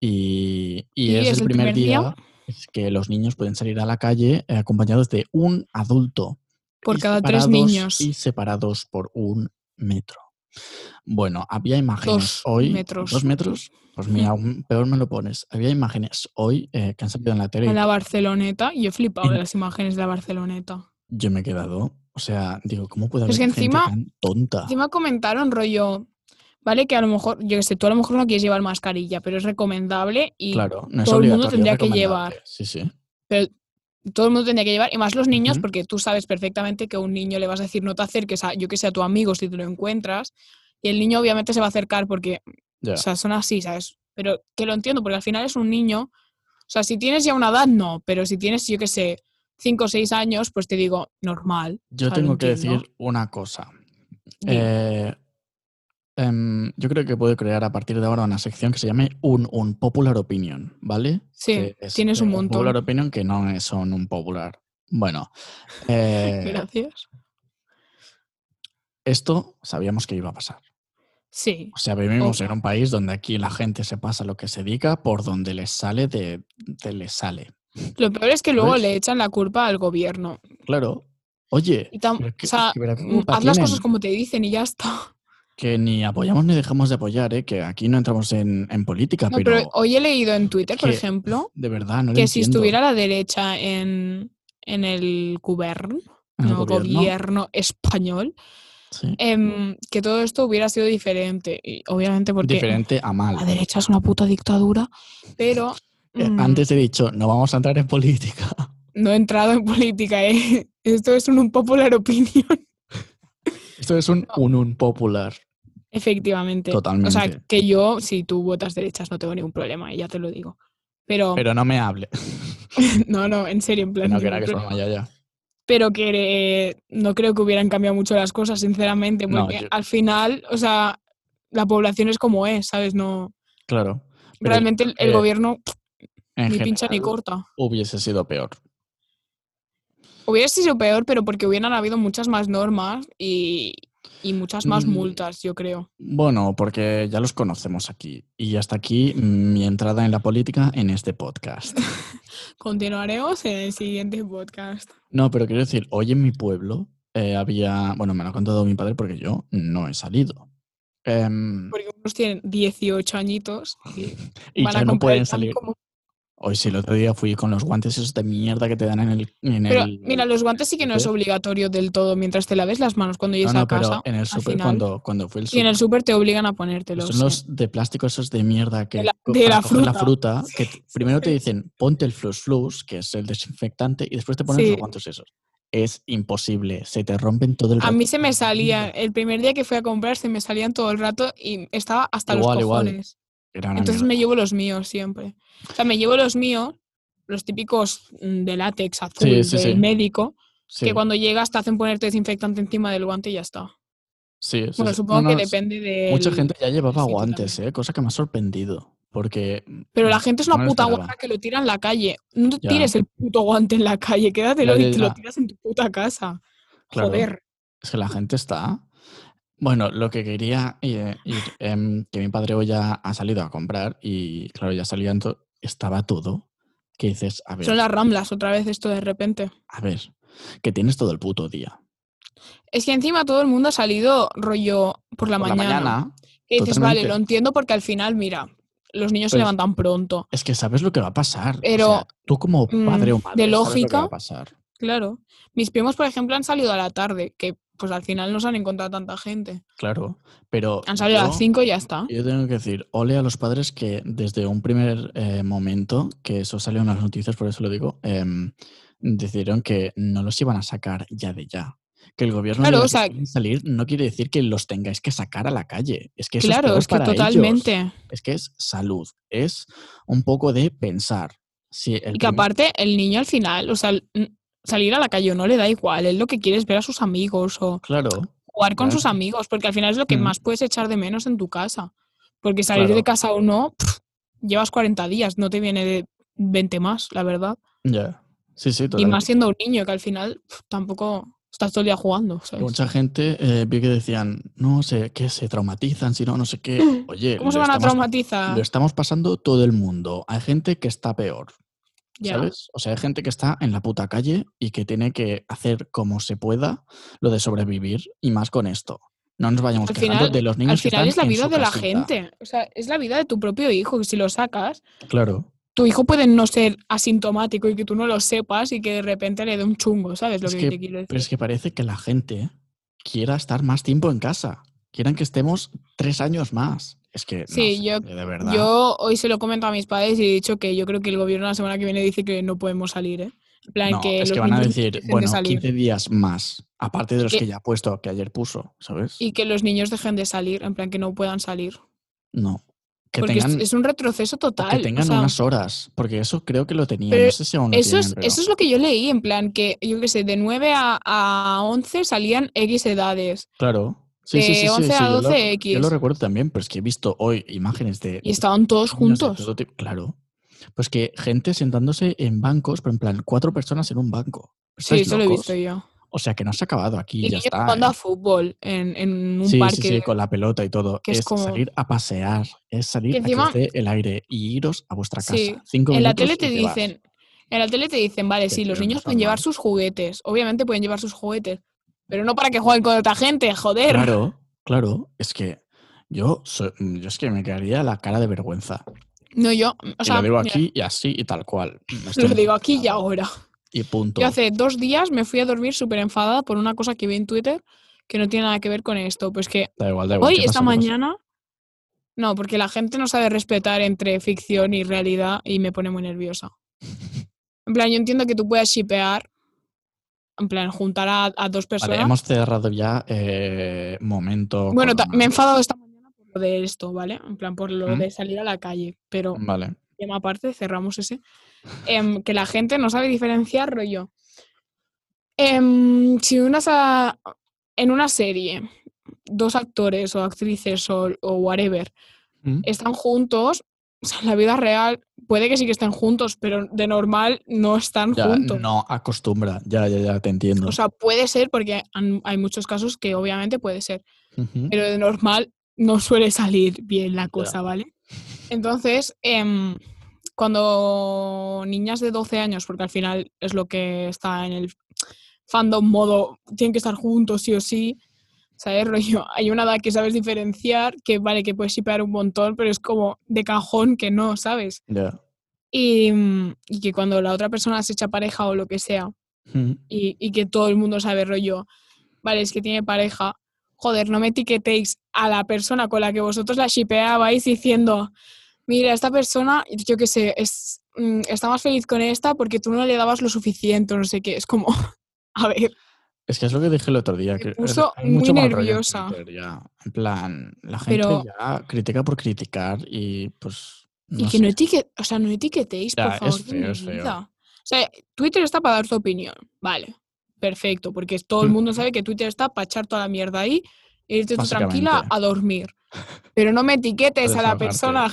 Speaker 2: y, y
Speaker 1: Y
Speaker 2: es, el primer, día,
Speaker 1: día.
Speaker 2: es que los niños pueden salir a la calle eh, acompañados de un adulto.
Speaker 1: Por
Speaker 2: y
Speaker 1: cada tres
Speaker 2: separados-
Speaker 1: niños.
Speaker 2: Y separados por un metro. Bueno, había imágenes
Speaker 1: Dos
Speaker 2: hoy.
Speaker 1: metros.
Speaker 2: ¿Dos metros? Pues mira, aún peor me lo pones. Había imágenes hoy eh, que han salido en la tele. y
Speaker 1: En la Barceloneta. Yo he flipado de
Speaker 2: En-
Speaker 1: las imágenes de la Barceloneta.
Speaker 2: Yo me he quedado. O sea, digo, ¿cómo puede
Speaker 1: Pero
Speaker 2: haber
Speaker 1: es Pues que
Speaker 2: gente
Speaker 1: encima-
Speaker 2: tan tonta?
Speaker 1: Encima comentaron rollo, ¿vale? Que a lo mejor, yo que sé, tú a lo mejor no quieres llevar mascarilla, pero es recomendable y
Speaker 2: claro, no es
Speaker 1: todo el mundo
Speaker 2: obligatorio,
Speaker 1: tendría
Speaker 2: es
Speaker 1: que
Speaker 2: recomendable.
Speaker 1: llevar.
Speaker 2: Sí, sí.
Speaker 1: todo el mundo tendría que llevar, y más los niños,
Speaker 2: Ujú.
Speaker 1: porque tú sabes perfectamente que a un niño le vas a decir no te acerques a, yo que sé, a tu amigo si te lo encuentras, y el niño obviamente se va a acercar porque,
Speaker 2: Ya.
Speaker 1: o sea, son así, ¿sabes? Pero que lo entiendo, porque al final es un niño, o sea, si tienes ya una edad, no, pero si tienes, yo que sé, cinco o seis años, pues te digo, normal.
Speaker 2: Yo
Speaker 1: o sea, lo
Speaker 2: tengo que
Speaker 1: entiendo.
Speaker 2: decir una cosa.
Speaker 1: Dime.
Speaker 2: Eh, em, yo creo que puedo crear a partir de ahora una sección que se llame un, un popular opinion, ¿vale?
Speaker 1: sí,
Speaker 2: que es,
Speaker 1: tienes
Speaker 2: eh,
Speaker 1: un
Speaker 2: popular
Speaker 1: montón.
Speaker 2: opinion que no es- son un popular. Bueno, eh,
Speaker 1: Gracias.
Speaker 2: esto sabíamos que iba a pasar.
Speaker 1: Sí,
Speaker 2: O sea, vivimos en
Speaker 1: Ojo.
Speaker 2: un país donde aquí la gente se pasa lo que se diga por donde les sale de, de les sale.
Speaker 1: Lo peor es que luego
Speaker 2: ¿Sabes?
Speaker 1: le echan la culpa al gobierno.
Speaker 2: Claro. Oye,
Speaker 1: Y tam-
Speaker 2: pero qué-
Speaker 1: o sea,
Speaker 2: que verá qué
Speaker 1: mm,
Speaker 2: culpa
Speaker 1: haz las cosas
Speaker 2: tienen.
Speaker 1: como te dicen y ya está.
Speaker 2: Que ni apoyamos ni dejamos de apoyar, ¿eh? que aquí no entramos en, en política,
Speaker 1: No,
Speaker 2: Ah, pero,
Speaker 1: pero hoy he leído en Twitter, por
Speaker 2: que-
Speaker 1: ejemplo,
Speaker 2: de verdad, no lo
Speaker 1: que si
Speaker 2: entiendo.
Speaker 1: estuviera la derecha en, en el gobierno,
Speaker 2: En el
Speaker 1: no,
Speaker 2: gobierno,
Speaker 1: gobierno español,
Speaker 2: sí.
Speaker 1: em, que todo esto hubiera sido diferente. Y obviamente porque
Speaker 2: diferente a mal.
Speaker 1: la derecha es una puta dictadura, pero
Speaker 2: Eh,
Speaker 1: mm,
Speaker 2: Antes he dicho, no vamos a entrar en política.
Speaker 1: no he entrado en política. ¿eh? Esto es un unpopular opinion.
Speaker 2: Esto es un un, un popular.
Speaker 1: Efectivamente. O sea,
Speaker 2: Totalmente.
Speaker 1: que yo, si tú votas derechas, no tengo ningún problema, eh, ya te lo digo. Pero,
Speaker 2: Pero no me hable.
Speaker 1: no, no, en serio, en
Speaker 2: Que
Speaker 1: plan.
Speaker 2: no, que
Speaker 1: ningún
Speaker 2: era que
Speaker 1: problema.
Speaker 2: broma, ya, ya.
Speaker 1: Pero que eh, no creo que hubieran cambiado mucho las cosas, sinceramente,
Speaker 2: No,
Speaker 1: porque
Speaker 2: yo-
Speaker 1: al final, o sea, la población es como es, ¿sabes? No,
Speaker 2: Claro. Pero
Speaker 1: realmente el, el
Speaker 2: que
Speaker 1: gobierno
Speaker 2: En
Speaker 1: ni pincha ni
Speaker 2: general,
Speaker 1: corta.
Speaker 2: Hubiese sido peor.
Speaker 1: Hubiera sido peor, pero porque hubieran habido muchas más normas y, y muchas más
Speaker 2: Mm.
Speaker 1: multas, yo creo.
Speaker 2: Bueno, porque ya los conocemos aquí. Y hasta aquí mi entrada en la política en este podcast.
Speaker 1: Continuaremos en el siguiente podcast.
Speaker 2: No, pero quiero decir, hoy en mi pueblo eh, había. Bueno, me lo ha contado mi padre porque yo no he salido. Em,
Speaker 1: Porque unos tienen 18 añitos y
Speaker 2: y
Speaker 1: van a
Speaker 2: ya no
Speaker 1: comprar el
Speaker 2: pueden
Speaker 1: pan
Speaker 2: salir.
Speaker 1: como
Speaker 2: Hoy sí, el otro día fui con los guantes esos de mierda que te dan en el... en
Speaker 1: Pero
Speaker 2: el-
Speaker 1: mira, los guantes sí que no es obligatorio del todo mientras te laves las manos cuando
Speaker 2: No,
Speaker 1: llegues
Speaker 2: no,
Speaker 1: a
Speaker 2: pero
Speaker 1: casa.
Speaker 2: en el súper,
Speaker 1: final.
Speaker 2: cuando, cuando fui el
Speaker 1: Y en el
Speaker 2: súper,
Speaker 1: súper te obligan a ponértelos.
Speaker 2: son los de plástico esos de mierda que
Speaker 1: eh, De la-
Speaker 2: co-
Speaker 1: de
Speaker 2: para
Speaker 1: la
Speaker 2: coger la
Speaker 1: fruta.
Speaker 2: fruta, que t- primero te dicen ponte el flus flus, que es el desinfectante, y después te ponen
Speaker 1: Sí.
Speaker 2: los guantes esos. Es imposible, se te rompen todo el
Speaker 1: A mí
Speaker 2: rato.
Speaker 1: se me salía, el primer día que fui a comprar se me salían todo el rato y estaba hasta
Speaker 2: Igual,
Speaker 1: los
Speaker 2: igual.
Speaker 1: cojones.
Speaker 2: Era una
Speaker 1: Entonces
Speaker 2: mierda.
Speaker 1: me llevo los míos siempre. O sea, me llevo los míos, los típicos mm, de látex azul
Speaker 2: Sí, sí,
Speaker 1: del
Speaker 2: sí.
Speaker 1: médico,
Speaker 2: Sí,
Speaker 1: que cuando llegas te hacen ponerte desinfectante encima del guante y ya está.
Speaker 2: sí, sí,
Speaker 1: Bueno,
Speaker 2: sí.
Speaker 1: supongo
Speaker 2: No,
Speaker 1: que
Speaker 2: no, sí.
Speaker 1: depende de.
Speaker 2: Mucha gente ya llevaba
Speaker 1: sitio
Speaker 2: guantes, eh, cosa que me ha sorprendido. Porque.
Speaker 1: Pero la gente es una
Speaker 2: no lo
Speaker 1: puta
Speaker 2: esperaba.
Speaker 1: guarra que lo tira en la calle. No te
Speaker 2: Ya.
Speaker 1: tires el puto guante en la calle, quédatelo
Speaker 2: Ya, ya,
Speaker 1: y te lo
Speaker 2: ya.
Speaker 1: tiras en tu puta casa.
Speaker 2: Claro.
Speaker 1: Joder.
Speaker 2: Es que la gente está. Bueno, lo que quería eh, ir, em, que mi padre hoy ya ha salido a comprar y, claro, ya salían to- estaba todo. Que dices, a ver,
Speaker 1: Son las ramblas otra vez esto de repente.
Speaker 2: a ver, que tienes todo el puto día.
Speaker 1: Es que encima todo el mundo ha salido rollo por la
Speaker 2: Por
Speaker 1: mañana. que dices,
Speaker 2: totalmente.
Speaker 1: vale, lo entiendo porque al final, mira, los niños se
Speaker 2: Pues-
Speaker 1: levantan pronto.
Speaker 2: Es que sabes lo que va a pasar. o
Speaker 1: Pero,
Speaker 2: sea, tú como padre o
Speaker 1: mm,
Speaker 2: madre sabes lo
Speaker 1: de
Speaker 2: que va
Speaker 1: lógica,
Speaker 2: a pasar.
Speaker 1: Claro. Mis primos, por ejemplo, han salido a la tarde, que pues al final no se han encontrado tanta gente.
Speaker 2: Claro, pero
Speaker 1: Han salido a
Speaker 2: yo-
Speaker 1: las 5 y ya está.
Speaker 2: Yo tengo que decir, ole a los padres que desde un primer eh, momento, que eso salió en las noticias, por eso lo digo, em, decidieron que no los iban a sacar ya de ya. Que el gobierno
Speaker 1: Claro,
Speaker 2: diga
Speaker 1: o
Speaker 2: que
Speaker 1: sea-
Speaker 2: quieren salir no quiere decir que los tengáis que sacar a la calle. Es que eso es,
Speaker 1: claro,
Speaker 2: peor
Speaker 1: es que
Speaker 2: para ellos.
Speaker 1: totalmente.
Speaker 2: Es que es salud, es un poco de pensar. Si el
Speaker 1: Y que
Speaker 2: primer-
Speaker 1: aparte, el niño al final, o sea, l- n- salir a la calle no le da igual. Él lo que quiere es ver a sus amigos o
Speaker 2: Claro,
Speaker 1: jugar con sus
Speaker 2: Claro.
Speaker 1: amigos, porque al final es lo que
Speaker 2: Mm.
Speaker 1: más puedes echar de menos en tu casa. Porque salir
Speaker 2: Claro.
Speaker 1: de casa o no, pff, llevas 40 días, no te viene de 20 más, la verdad.
Speaker 2: ya. Sí, sí,
Speaker 1: Y más
Speaker 2: totalmente.
Speaker 1: siendo un niño, que al final pff, tampoco estás todo el día jugando. ¿sabes?
Speaker 2: Mucha gente eh, vi que decían, no sé, que se traumatizan, si no, no sé qué. Oye,
Speaker 1: ¿Cómo se
Speaker 2: lo
Speaker 1: van a
Speaker 2: estamos
Speaker 1: traumatizar?
Speaker 2: Lo estamos pasando todo el mundo. Hay gente que está peor,
Speaker 1: Ya.
Speaker 2: ¿sabes? O sea, hay gente que está en la puta calle y que tiene que hacer como se pueda lo de sobrevivir y más con esto. No nos vayamos
Speaker 1: Al
Speaker 2: quejando
Speaker 1: final-
Speaker 2: de los niños
Speaker 1: Al
Speaker 2: que están
Speaker 1: final es la
Speaker 2: en
Speaker 1: vida
Speaker 2: su
Speaker 1: de la
Speaker 2: casita.
Speaker 1: gente. O sea, es la vida de tu propio hijo. Y si lo sacas,
Speaker 2: Claro.
Speaker 1: tu hijo puede no ser asintomático y que tú no lo sepas y que de repente le dé un chungo, ¿sabes? Lo
Speaker 2: Es
Speaker 1: que,
Speaker 2: que-
Speaker 1: te quiero decir.
Speaker 2: Pero es que parece que la gente quiera estar más tiempo en casa. Quieran que estemos tres años más. Es que, no
Speaker 1: Sí,
Speaker 2: sé,
Speaker 1: yo-
Speaker 2: de verdad.
Speaker 1: Yo hoy se lo comento a mis padres y he dicho que yo creo que el gobierno la semana que viene dice que no podemos salir, ¿eh? En plan,
Speaker 2: No,
Speaker 1: que
Speaker 2: es
Speaker 1: los
Speaker 2: que van a
Speaker 1: niños
Speaker 2: decir,
Speaker 1: dejen de
Speaker 2: bueno,
Speaker 1: salir.
Speaker 2: 15 días más, aparte de los
Speaker 1: Que-
Speaker 2: que ya ha puesto, que ayer puso, ¿sabes?
Speaker 1: Y que los niños dejen de salir, en plan que no puedan salir.
Speaker 2: No. Que
Speaker 1: Porque es-
Speaker 2: tengan,
Speaker 1: es, un retroceso
Speaker 2: o
Speaker 1: total.
Speaker 2: que
Speaker 1: o
Speaker 2: tengan
Speaker 1: sea,
Speaker 2: unas horas, porque eso creo que lo tenía.
Speaker 1: Pero
Speaker 2: No sé si aún lo
Speaker 1: Eso es,
Speaker 2: tienen, pero-
Speaker 1: eso es lo que yo leí, en plan, que yo qué sé, de 9 a, a 11 salían X edades.
Speaker 2: Claro. Sí, sí,
Speaker 1: de
Speaker 2: sí, sí,
Speaker 1: 11 a
Speaker 2: sí, yo lo-
Speaker 1: 12X.
Speaker 2: Yo lo recuerdo también, pero es que he visto hoy imágenes de.
Speaker 1: Y estaban todos
Speaker 2: niños de
Speaker 1: juntos.
Speaker 2: todo tipo- Claro. Pues que gente sentándose en bancos, pero en plan, cuatro personas en un banco.
Speaker 1: Sí,
Speaker 2: ¿Estáis
Speaker 1: eso lo he
Speaker 2: locos?
Speaker 1: visto yo.
Speaker 2: O sea, que no se ha acabado aquí,
Speaker 1: Y,
Speaker 2: ya
Speaker 1: niños
Speaker 2: está.
Speaker 1: jugando
Speaker 2: ¿eh?
Speaker 1: a fútbol en, en un
Speaker 2: Sí,
Speaker 1: parque.
Speaker 2: sí, sí, con la pelota y todo.
Speaker 1: que
Speaker 2: es
Speaker 1: es como-
Speaker 2: salir a pasear, es salir
Speaker 1: Que encima-
Speaker 2: a que os dé el aire y iros a vuestra casa.
Speaker 1: Sí,
Speaker 2: Cinco
Speaker 1: en la
Speaker 2: minutos
Speaker 1: tele
Speaker 2: y
Speaker 1: te
Speaker 2: vas.
Speaker 1: dicen, en la tele te dicen, vale,
Speaker 2: Que
Speaker 1: sí, los
Speaker 2: creo que
Speaker 1: niños
Speaker 2: es
Speaker 1: pueden llevar
Speaker 2: normal.
Speaker 1: sus juguetes. Obviamente pueden llevar sus juguetes. Pero no para que jueguen con otra gente, joder.
Speaker 2: Claro, claro. Es que yo, so- yo es que me quedaría la cara de vergüenza.
Speaker 1: No, yo, o
Speaker 2: Y
Speaker 1: sea,
Speaker 2: lo digo
Speaker 1: mira,
Speaker 2: aquí este. y así y tal cual. Estoy
Speaker 1: lo digo aquí y
Speaker 2: enfadado.
Speaker 1: ahora.
Speaker 2: Y punto.
Speaker 1: Yo hace dos días me fui a dormir súper enfadada por una cosa que vi en Twitter que no tiene nada que ver con esto. Pues que
Speaker 2: Da igual, da igual.
Speaker 1: hoy,
Speaker 2: ¿qué
Speaker 1: esta
Speaker 2: pasó? ¿Qué pasó?
Speaker 1: mañana, no, porque la gente no sabe respetar entre ficción y realidad y me pone muy nerviosa. En plan, yo entiendo que tú puedas shipear, en plan, juntar a, a dos personas.
Speaker 2: Vale, hemos cerrado ya eh, momento.
Speaker 1: bueno, ta-
Speaker 2: corona.
Speaker 1: me he enfadado esta mañana por lo de esto, ¿vale? En plan, por lo
Speaker 2: ¿Mm?
Speaker 1: de salir a la calle, pero
Speaker 2: Vale.
Speaker 1: tema aparte, cerramos ese, em, que la gente no sabe diferenciar rollo. Em, si una sa- en una serie dos actores o actrices o, o whatever
Speaker 2: ¿Mm?
Speaker 1: están juntos, o sea, en la vida real puede que sí que estén juntos, pero de normal no están
Speaker 2: Ya,
Speaker 1: juntos.
Speaker 2: no acostumbra. Ya, ya, ya, te entiendo.
Speaker 1: O sea, puede ser porque han- hay muchos casos que obviamente puede ser.
Speaker 2: Ujú.
Speaker 1: pero de normal no suele salir bien la cosa, ¿vale? Entonces, em, cuando niñas de 12 años, porque al final es lo que está en el fandom modo, tienen que estar juntos sí o sí, ¿sabes? Rollo, hay una edad que sabes diferenciar, que vale, que puedes shipear un montón, pero es como de cajón que no, ¿sabes?
Speaker 2: Ya.
Speaker 1: Y, mm, y que cuando la otra persona se echa pareja o lo que sea,
Speaker 2: Mm.
Speaker 1: y, y que todo el mundo sabe rollo, vale, es que tiene pareja, joder, no me etiquetéis a la persona con la que vosotros la shipeabais diciendo, mira, esta persona, yo qué sé, es, mm, está más feliz con esta porque tú no le dabas lo suficiente, o no sé qué, es como, a ver,
Speaker 2: Es que es lo que dije el otro día. Que es-
Speaker 1: puso
Speaker 2: hay mucho
Speaker 1: muy
Speaker 2: mal rollo en
Speaker 1: nerviosa.
Speaker 2: Twitter ya. En plan, la gente
Speaker 1: Pero-
Speaker 2: ya critica por criticar y pues.
Speaker 1: y
Speaker 2: no
Speaker 1: que
Speaker 2: sé.
Speaker 1: no, etiquet o sea, no etiquetéis,
Speaker 2: Ya,
Speaker 1: por
Speaker 2: es
Speaker 1: favor, de
Speaker 2: feo,
Speaker 1: mi
Speaker 2: es feo.
Speaker 1: vida. O sea, Twitter está para dar tu opinión, vale, perfecto, porque todo el
Speaker 2: Mm.
Speaker 1: mundo sabe que Twitter está para echar toda la mierda ahí e irte tú
Speaker 2: Básicamente.
Speaker 1: tranquila a dormir. Pero no me etiquetes
Speaker 2: A
Speaker 1: a la
Speaker 2: desahogarte,
Speaker 1: persona,
Speaker 2: claro.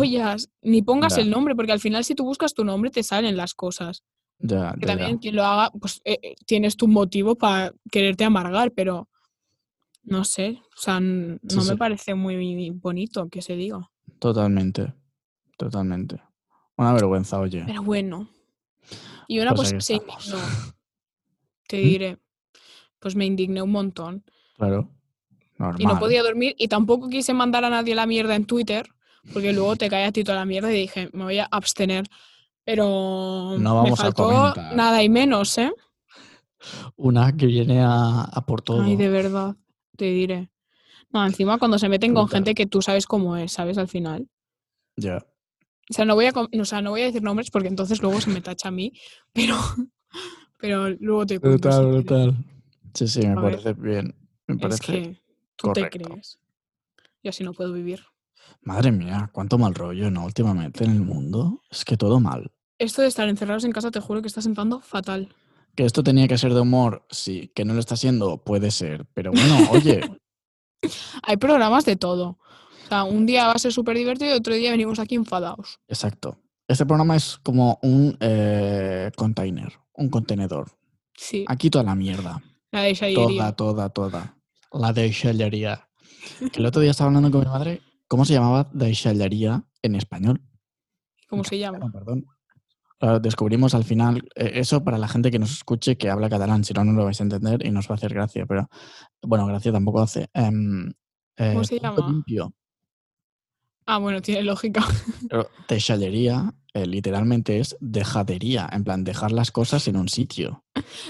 Speaker 1: gilipollas, ni pongas
Speaker 2: Ya.
Speaker 1: el nombre, porque al final si tú buscas tu nombre te salen las cosas.
Speaker 2: Ya, ya, ya.
Speaker 1: Que también quien lo haga, pues eh, eh, tienes tu motivo para quererte amargar, pero no sé, o sea, n-
Speaker 2: Sí,
Speaker 1: no
Speaker 2: sí.
Speaker 1: me parece muy bonito que se diga.
Speaker 2: Totalmente. Totalmente. Una vergüenza, oye.
Speaker 1: Pero bueno. Y una
Speaker 2: Pues
Speaker 1: cosa
Speaker 2: ahí
Speaker 1: que se
Speaker 2: estamos.
Speaker 1: indignó, te
Speaker 2: ¿Mm?
Speaker 1: diré, pues me indigné un montón.
Speaker 2: Claro. Normal.
Speaker 1: Y no podía dormir y tampoco quise mandar a nadie la mierda en Twitter, porque luego te cae a ti toda la mierda y dije, me voy a abstener. Pero
Speaker 2: No vamos
Speaker 1: me
Speaker 2: a
Speaker 1: faltó
Speaker 2: comentar.
Speaker 1: nada y menos, ¿eh?
Speaker 2: Una que viene a, a por todo.
Speaker 1: Ay, de verdad, te diré. No, encima cuando se meten con
Speaker 2: Brutal.
Speaker 1: gente que tú sabes cómo es, ¿sabes? Al final.
Speaker 2: Ya.
Speaker 1: O sea, no voy a, com- o sea, no voy a decir nombres porque entonces luego se me tacha a mí, pero, pero luego te cuento. si quieres.
Speaker 2: Sí, sí, me
Speaker 1: A ver.
Speaker 2: parece bien. Me
Speaker 1: Es
Speaker 2: parece.
Speaker 1: que tú te
Speaker 2: correcto.
Speaker 1: crees. Yo así no puedo vivir.
Speaker 2: Madre mía, cuánto mal rollo, ¿no? Últimamente en el mundo. Es que todo mal.
Speaker 1: Esto de estar encerrados en casa te juro que está sentando fatal.
Speaker 2: Que esto tenía que ser de humor, sí. Que no lo está siendo, puede ser. Pero bueno, oye,
Speaker 1: Hay programas de todo. O sea, un día va a ser súper divertido y otro día venimos aquí enfadados.
Speaker 2: exacto. Este programa es como un eh, container, un contenedor.
Speaker 1: Sí,
Speaker 2: Aquí toda la mierda.
Speaker 1: la de
Speaker 2: Toda,
Speaker 1: Shairia.
Speaker 2: toda, toda. La deixallería. Que el otro día estaba hablando con mi madre cómo se llamaba deixallería en español.
Speaker 1: ¿Cómo se llama?
Speaker 2: Bueno, perdón. Claro, descubrimos al final, eh, eso para la gente que nos escuche que habla catalán, si no, no lo vais a entender y nos va a hacer gracia, pero bueno, gracia tampoco hace. Em, eh, punto
Speaker 1: se llama?
Speaker 2: Limpio,
Speaker 1: Ah, bueno, tiene lógica.
Speaker 2: pero deixallería eh, literalmente es dejadería, en plan dejar las cosas en un sitio.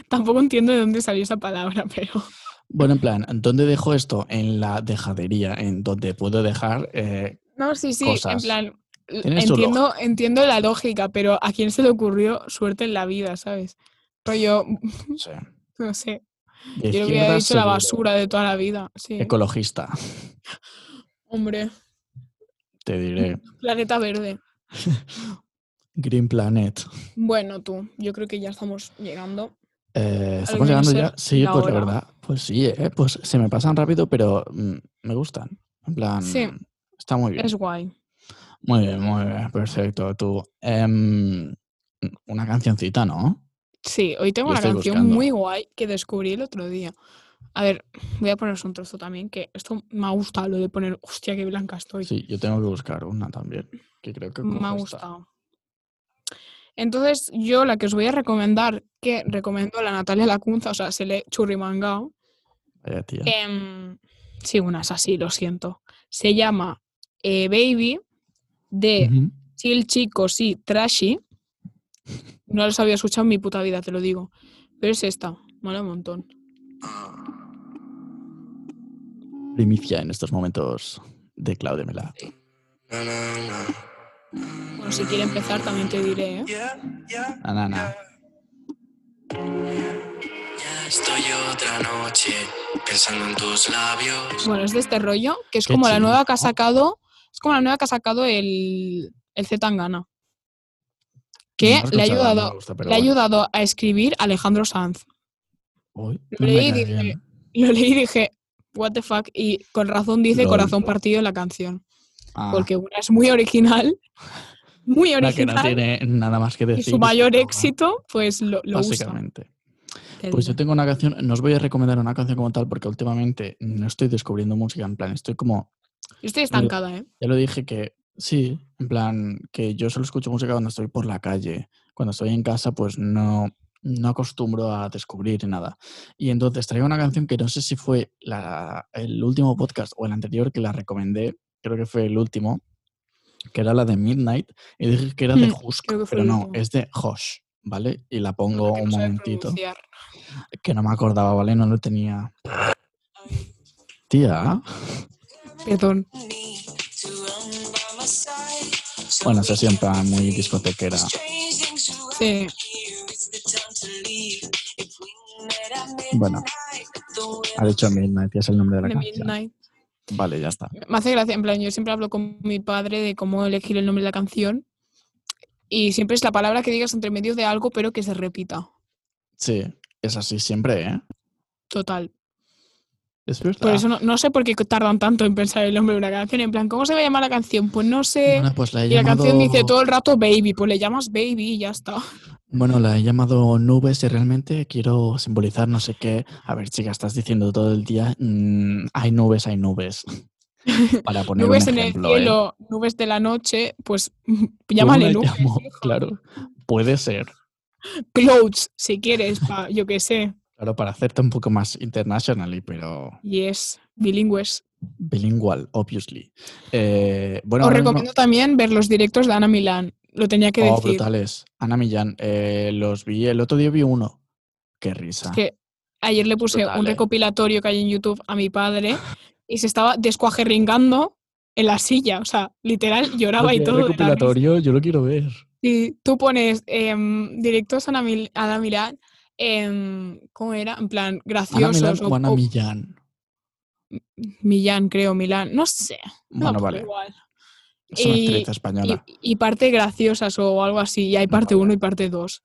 Speaker 1: Tampoco entiendo de dónde salió esa palabra, pero
Speaker 2: Bueno, en plan, ¿dónde dejo esto? En la dejadería, en donde puedo dejar eh,
Speaker 1: No, sí, sí, en
Speaker 2: Cosas.
Speaker 1: plan, l-
Speaker 2: Tiene su
Speaker 1: entiendo, entiendo la lógica, pero ¿a quién se le ocurrió suerte en la vida, sabes? Rollo,
Speaker 2: no sé,
Speaker 1: no sé,
Speaker 2: de
Speaker 1: yo le hubiera
Speaker 2: izquierdas,
Speaker 1: dicho la
Speaker 2: seguro,
Speaker 1: basura de toda la vida, sí.
Speaker 2: Ecologista,
Speaker 1: Hombre,
Speaker 2: te diré.
Speaker 1: planeta verde.
Speaker 2: Green Planet.
Speaker 1: Bueno, tú, yo creo que ya estamos llegando.
Speaker 2: Eh,
Speaker 1: Algo
Speaker 2: ¿Estamos
Speaker 1: viene a
Speaker 2: llegando
Speaker 1: ser
Speaker 2: ya? Sí,
Speaker 1: la
Speaker 2: pues la
Speaker 1: hora.
Speaker 2: verdad. Pues sí, eh, pues se me pasan rápido, pero mm, me gustan. En plan,
Speaker 1: Sí.
Speaker 2: está muy bien.
Speaker 1: Es guay.
Speaker 2: Muy bien, muy bien. Perfecto. Tú, em, una cancioncita, ¿no?
Speaker 1: Sí, hoy tengo
Speaker 2: Yo
Speaker 1: una
Speaker 2: estoy
Speaker 1: canción
Speaker 2: buscando.
Speaker 1: muy guay que descubrí el otro día. A ver, voy a poneros un trozo también, que esto me ha gustado, lo de poner, hostia, qué blanca estoy.
Speaker 2: Sí, yo tengo que buscar una también, que creo que
Speaker 1: Me ha
Speaker 2: cojo esta.
Speaker 1: gustado. Entonces, yo la que os voy a recomendar, que recomiendo a la Natalia Lacunza, o sea, se le churrimangao.
Speaker 2: Vaya tía.
Speaker 1: em, sí, una es así, lo siento. Se llama eh, Baby de
Speaker 2: Ujú.
Speaker 1: Chill Chico, sí, Trashy. No los había escuchado en mi puta vida, te lo digo. Pero es esta, mola un montón.
Speaker 2: Primicia en estos momentos de Claudia Mela.
Speaker 1: Bueno, si quiere empezar, también te diré, ¿eh?
Speaker 3: Ya, ya,
Speaker 2: Na, na, na.
Speaker 3: ya. Ya estoy otra noche pensando en tus labios.
Speaker 1: Bueno, es de este rollo, que es
Speaker 2: Qué
Speaker 1: como la
Speaker 2: chill,
Speaker 1: nueva que ha
Speaker 2: ¿no?
Speaker 1: sacado. Es como la nueva que ha sacado el, el Z Tangana. Que
Speaker 2: No lo he
Speaker 1: le ha
Speaker 2: escuchado, no
Speaker 1: ayudado,
Speaker 2: me gusta, pero
Speaker 1: le ha
Speaker 2: bueno.
Speaker 1: ayudado a escribir Alejandro Sanz.
Speaker 2: Uy, no
Speaker 1: Lo
Speaker 2: me
Speaker 1: leí y
Speaker 2: cae
Speaker 1: dije,
Speaker 2: bien.
Speaker 1: Lo leí y dije, what the fuck, y con razón dice
Speaker 2: Lol.
Speaker 1: corazón partido en la canción.
Speaker 2: Ah,
Speaker 1: Porque una es muy original, muy
Speaker 2: una que
Speaker 1: original,
Speaker 2: no tiene nada más que decir.
Speaker 1: y su mayor
Speaker 2: pero-
Speaker 1: éxito, pues lo, lo usa.
Speaker 2: Básicamente.
Speaker 1: Te
Speaker 2: Pues yo
Speaker 1: diré.
Speaker 2: tengo una canción, no os voy a recomendar una canción como tal porque últimamente no estoy descubriendo música, en plan, estoy como,
Speaker 1: Yo estoy estancada, ¿eh?
Speaker 2: ya lo dije que sí, en plan, que yo solo escucho música cuando estoy por la calle, cuando estoy en casa pues no, no acostumbro a descubrir nada. Y entonces traigo una canción que no sé si fue la- el último podcast o el anterior que la recomendé, creo que fue el último, que era la de Midnight, y dije que era de
Speaker 1: Hmm,
Speaker 2: Husk,
Speaker 1: creo que fue
Speaker 2: pero
Speaker 1: el
Speaker 2: no,
Speaker 1: último.
Speaker 2: es de Hosh, ¿vale? Y la pongo
Speaker 1: que
Speaker 2: un
Speaker 1: no sabes
Speaker 2: momentito,
Speaker 1: pronunciar.
Speaker 2: que no me acordaba, ¿vale? No lo tenía. Tía.
Speaker 1: Perdón.
Speaker 2: Bueno, eso siempre muy discotequera.
Speaker 1: Sí.
Speaker 2: Bueno, ha dicho Midnight, y es el nombre de la
Speaker 1: de
Speaker 2: canción.
Speaker 1: Midnight.
Speaker 2: Vale, ya está.
Speaker 1: Me hace gracia, en plan, yo siempre hablo con mi padre de cómo elegir el nombre de la canción y siempre es la palabra que digas entre medio de algo, pero que se repita.
Speaker 2: Sí, es así siempre, ¿eh?
Speaker 1: Total.
Speaker 2: Es verdad.
Speaker 1: Por Pues eso no, no sé por qué tardan tanto en pensar el nombre de una canción. En plan, ¿cómo se va a llamar la canción? Pues no sé.
Speaker 2: Bueno, pues la he
Speaker 1: y la canción
Speaker 2: llamado-
Speaker 1: dice todo el rato baby, pues le llamas baby y ya está.
Speaker 2: Bueno, la he llamado nubes y realmente quiero simbolizar no sé qué. A ver, chica, estás diciendo todo el día, mm, hay nubes, hay nubes. Para poner
Speaker 1: nubes
Speaker 2: un
Speaker 1: en
Speaker 2: ejemplo,
Speaker 1: el
Speaker 2: ¿eh?
Speaker 1: cielo, nubes de la noche, pues
Speaker 2: Yo
Speaker 1: llámale
Speaker 2: la
Speaker 1: nubes.
Speaker 2: llamo,
Speaker 1: hijo.
Speaker 2: claro, puede ser.
Speaker 1: Clouds, si quieres, pa, yo qué sé.
Speaker 2: Claro, para hacerte un poco más international, y pero
Speaker 1: Yes, bilingües.
Speaker 2: bilingual, obviously. Eh, bueno,
Speaker 1: Os
Speaker 2: ahora mismo-
Speaker 1: recomiendo también ver los directos de Ana Milán. Lo tenía que
Speaker 2: Oh,
Speaker 1: decir.
Speaker 2: brutales. Ana Millán, eh, los vi, el otro día vi uno. Qué risa.
Speaker 1: Es que ayer le puse
Speaker 2: brutal,
Speaker 1: un
Speaker 2: eh.
Speaker 1: recopilatorio que hay en YouTube a mi padre y se estaba descuajerringando en la silla. O sea, literal, lloraba
Speaker 2: Oye,
Speaker 1: y
Speaker 2: el
Speaker 1: todo. de la risa.
Speaker 2: recopilatorio, yo lo quiero ver.
Speaker 1: Y tú pones em, directos a Ana, Mil- Ana Milán. em, ¿Cómo era? En plan,
Speaker 2: Ana
Speaker 1: graciosos.
Speaker 2: Millán
Speaker 1: o-
Speaker 2: o Ana
Speaker 1: o-
Speaker 2: Millán.
Speaker 1: Millán, creo, Milán. No sé. me
Speaker 2: Bueno,
Speaker 1: acuerdo
Speaker 2: vale.
Speaker 1: igual.
Speaker 2: Es una
Speaker 1: Y-
Speaker 2: actriz
Speaker 1: Y,
Speaker 2: española.
Speaker 1: y parte graciosas o algo así. Y hay parte
Speaker 2: Vale.
Speaker 1: 1 y parte 2.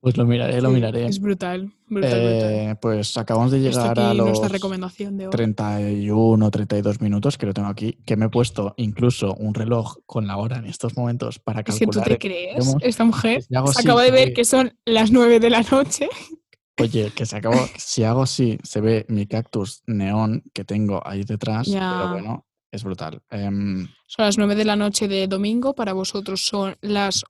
Speaker 2: Pues lo miraré, lo
Speaker 1: Sí,
Speaker 2: miraré.
Speaker 1: Es brutal, brutal, brutal.
Speaker 2: Eh, pues acabamos de
Speaker 1: Hasta
Speaker 2: llegar
Speaker 1: aquí
Speaker 2: a los
Speaker 1: nuestra recomendación de hoy.
Speaker 2: 31 o 32 minutos que lo tengo aquí, que me he puesto incluso un reloj con la hora en estos momentos para
Speaker 1: Es que tú
Speaker 2: calcular.
Speaker 1: te crees,
Speaker 2: hemos-
Speaker 1: esta mujer
Speaker 2: si hago
Speaker 1: se
Speaker 2: así,
Speaker 1: acaba de
Speaker 2: se
Speaker 1: ver
Speaker 2: ve-
Speaker 1: que son las 9 de la noche.
Speaker 2: Oye, que se acabó. si hago así, se ve mi cactus neón que tengo ahí detrás,
Speaker 1: Ya.
Speaker 2: pero bueno, es brutal. Em,
Speaker 1: Son las 9 de la noche de domingo. Para vosotros son las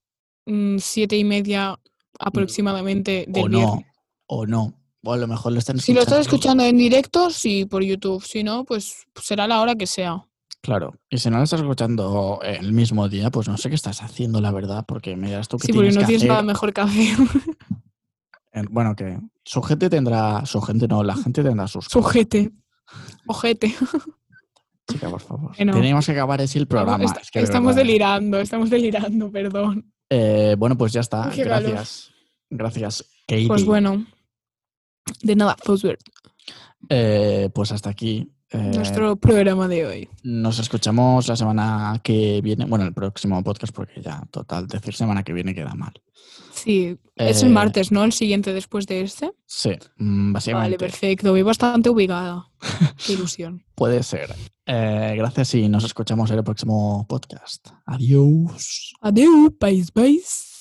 Speaker 1: 7 y media aproximadamente del
Speaker 2: Mm, o no,
Speaker 1: viernes.
Speaker 2: o no. O a lo mejor lo están
Speaker 1: Si lo
Speaker 2: escuchando.
Speaker 1: estás escuchando en directo, sí, por YouTube. Si no, pues será la hora que sea.
Speaker 2: Claro. Y si no lo estás escuchando el mismo día, pues no sé qué estás haciendo, la verdad, porque me dirás tú que
Speaker 1: Sí, porque
Speaker 2: tienes
Speaker 1: no
Speaker 2: que
Speaker 1: tienes
Speaker 2: hacer.
Speaker 1: nada mejor que hacer.
Speaker 2: En- Bueno, que su gente tendrá, su gente no, la gente tendrá sus cosas,
Speaker 1: Sujete. Ojete.
Speaker 2: chica, por favor.
Speaker 1: Que no.
Speaker 2: Tenemos que acabar así el programa.
Speaker 1: Estamos-
Speaker 2: es que de
Speaker 1: estamos
Speaker 2: verdad, ¿eh?
Speaker 1: delirando, estamos delirando, perdón.
Speaker 2: Eh, bueno, pues ya está.
Speaker 1: Uy, qué calor.
Speaker 2: Gracias. Gracias, Katie.
Speaker 1: Pues bueno. De nada, pues Fosbert.
Speaker 2: Eh, pues hasta aquí. Eh,
Speaker 1: Nuestro programa de hoy.
Speaker 2: Nos escuchamos la semana que viene. Bueno, el próximo podcast, porque ya, total, decir semana que viene queda mal.
Speaker 1: Sí, es el
Speaker 2: Eh,
Speaker 1: martes, ¿no? El siguiente después de este.
Speaker 2: Sí, mm,
Speaker 1: Vale,
Speaker 2: básicamente.
Speaker 1: perfecto. Voy bastante ubicada. Qué ilusión.
Speaker 2: Puede ser. Eh, gracias y nos escuchamos en el próximo podcast. Adiós.
Speaker 1: Adiós, país, país.